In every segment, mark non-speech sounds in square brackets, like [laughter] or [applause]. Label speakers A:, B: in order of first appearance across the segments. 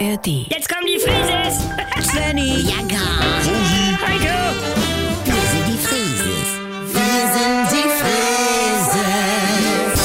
A: ARD.
B: Jetzt kommen die Frises! [laughs]
C: Benny. Ja, gar.
B: Heiko!
C: Wir sind die Frieses. Wir sind die Frieses.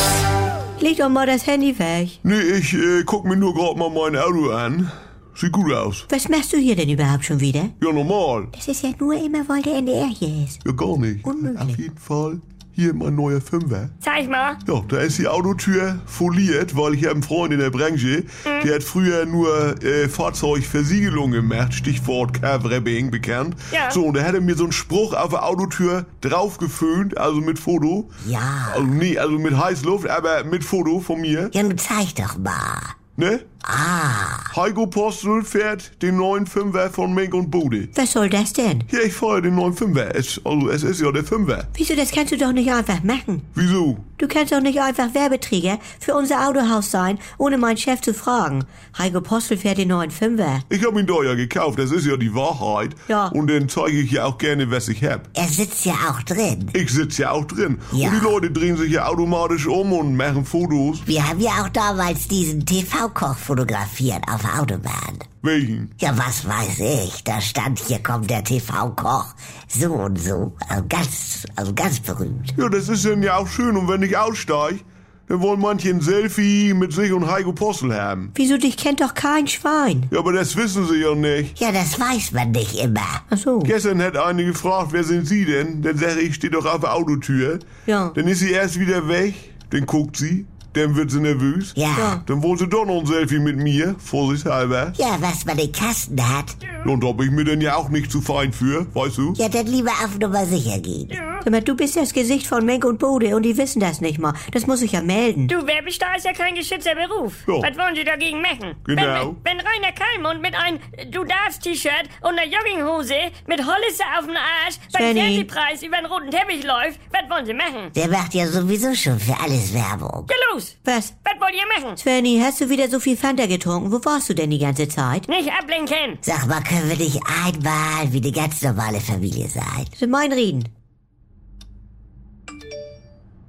D: Leg doch mal das Handy weg.
E: Nee, ich äh, guck mir nur gerade mal mein Auto an. Sieht gut aus.
D: Was machst du hier denn überhaupt schon wieder?
E: Ja, normal.
D: Das ist ja nur immer, weil der NDR hier ist.
E: Ja, gar nicht.
D: Unmöglich.
E: Auf jeden Fall hier mein neuer Fünfer.
B: Zeig mal!
E: Ja, da ist die Autotür foliert, weil ich habe einen Freund in der Branche, der hat früher nur äh, Fahrzeugversiegelung gemacht, Stichwort Carvrapping bekannt.
B: Ja.
E: So, und da hat er mir so einen Spruch auf der Autotür draufgeföhnt, also mit Foto.
C: Ja.
E: Also nee, also mit Heißluft, aber mit Foto von mir.
C: Ja, nun zeig doch mal.
E: Ne?
C: Ah.
E: Heiko Postel fährt den neuen Fünfer von Mink und Bode.
D: Was soll das denn?
E: Ja, ich fahre den neuen Fünfer. Es, also es ist ja der Fünfer.
D: Wieso, das kannst du doch nicht einfach machen.
E: Wieso?
D: Du kannst doch nicht einfach Werbeträger für unser Autohaus sein, ohne meinen Chef zu fragen. Heiko Postel fährt den neuen Fünfer.
E: Ich habe ihn da ja gekauft, das ist ja die Wahrheit.
D: Ja.
E: Und dann zeige ich ja auch gerne, was ich hab.
C: Er sitzt ja auch drin.
E: Ich sitze ja auch drin.
C: Ja.
E: Und die Leute drehen sich ja automatisch um und machen Fotos.
C: Wir haben ja auch damals diesen TV-Koch fotografiert auf der Autobahn.
E: Welchen?
C: Ja, was weiß ich. Da stand, hier kommt der TV-Koch. So und so. Also ganz, also ganz berühmt.
E: Ja, das ist dann ja auch schön. Und wenn ich aussteige, dann wollen manche ein Selfie mit sich und Heiko Possel haben.
D: Wieso, dich kennt doch kein Schwein.
E: Ja, aber das wissen sie ja nicht.
C: Ja, das weiß man nicht immer.
D: Ach so.
E: Gestern hat eine gefragt, wer sind Sie denn? Dann sage ich, steht doch auf der Autotür.
D: Ja.
E: Dann ist sie erst wieder weg, dann guckt sie, dann wird sie nervös.
C: Ja.
D: Ja.
C: ja.
E: Dann wollte sie doch noch ein Selfie mit mir, vorsichtshalber.
C: was man im Kasten hat.
E: Und da bin ich mir denn ja auch nicht zu fein für, weißt du?
C: Ja, dann lieber auf Nummer sicher gehen.
D: Sag mal, du bist das Gesicht von Menk und Bode und die wissen das nicht mal. Das muss ich ja melden.
B: Du, Werbestar ist ja kein geschützter Beruf.
E: Ja.
B: Was wollen Sie dagegen machen?
E: Genau.
B: Wenn, wenn Rainer Kallmund mit einem Du darfst-T-Shirt und einer Jogginghose mit Hollister auf dem Arsch beim
D: Svenny.
B: Fernsehpreis über den roten Teppich läuft, was wollen Sie machen?
C: Der macht ja sowieso schon für alles Werbung.
B: Ja, los!
D: Was?
B: Was wollt ihr machen?
D: Svenny, hast du wieder so viel Fanta getrunken? Wo warst du denn die ganze Zeit?
B: Nicht ablenken!
C: Sag mal, können wir nicht einmal wie eine ganz normale Familie sein?
D: Das ist mein Reden.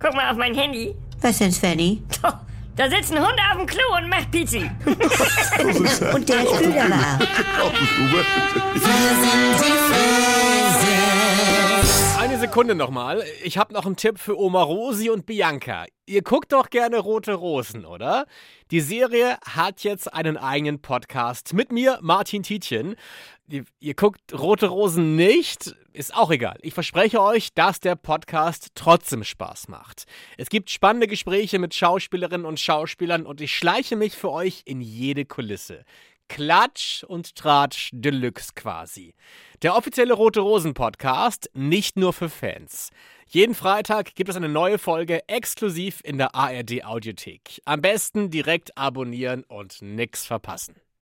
B: Guck mal auf mein Handy.
D: Was denn, Svenny?
B: Doch, da sitzt ein Hund auf dem Klo und macht Pizzi.
E: Das ist ja
D: Und der spült aber auch.
E: auch super.
F: Eine Sekunde nochmal. Ich habe noch einen Tipp für Oma Rosi und Bianca. Ihr guckt doch gerne Rote Rosen, oder? Die Serie hat jetzt einen eigenen Podcast mit mir, Martin Tietjen. Ihr, ihr guckt Rote Rosen nicht, ist auch egal. Ich verspreche euch, dass der Podcast trotzdem Spaß macht. Es gibt spannende Gespräche mit Schauspielerinnen und Schauspielern und ich schleiche mich für euch in jede Kulisse. Klatsch und Tratsch Deluxe quasi. Der offizielle Rote Rosen Podcast, nicht nur für Fans. Jeden Freitag gibt es eine neue Folge exklusiv in der ARD Audiothek. Am besten direkt abonnieren und nix verpassen.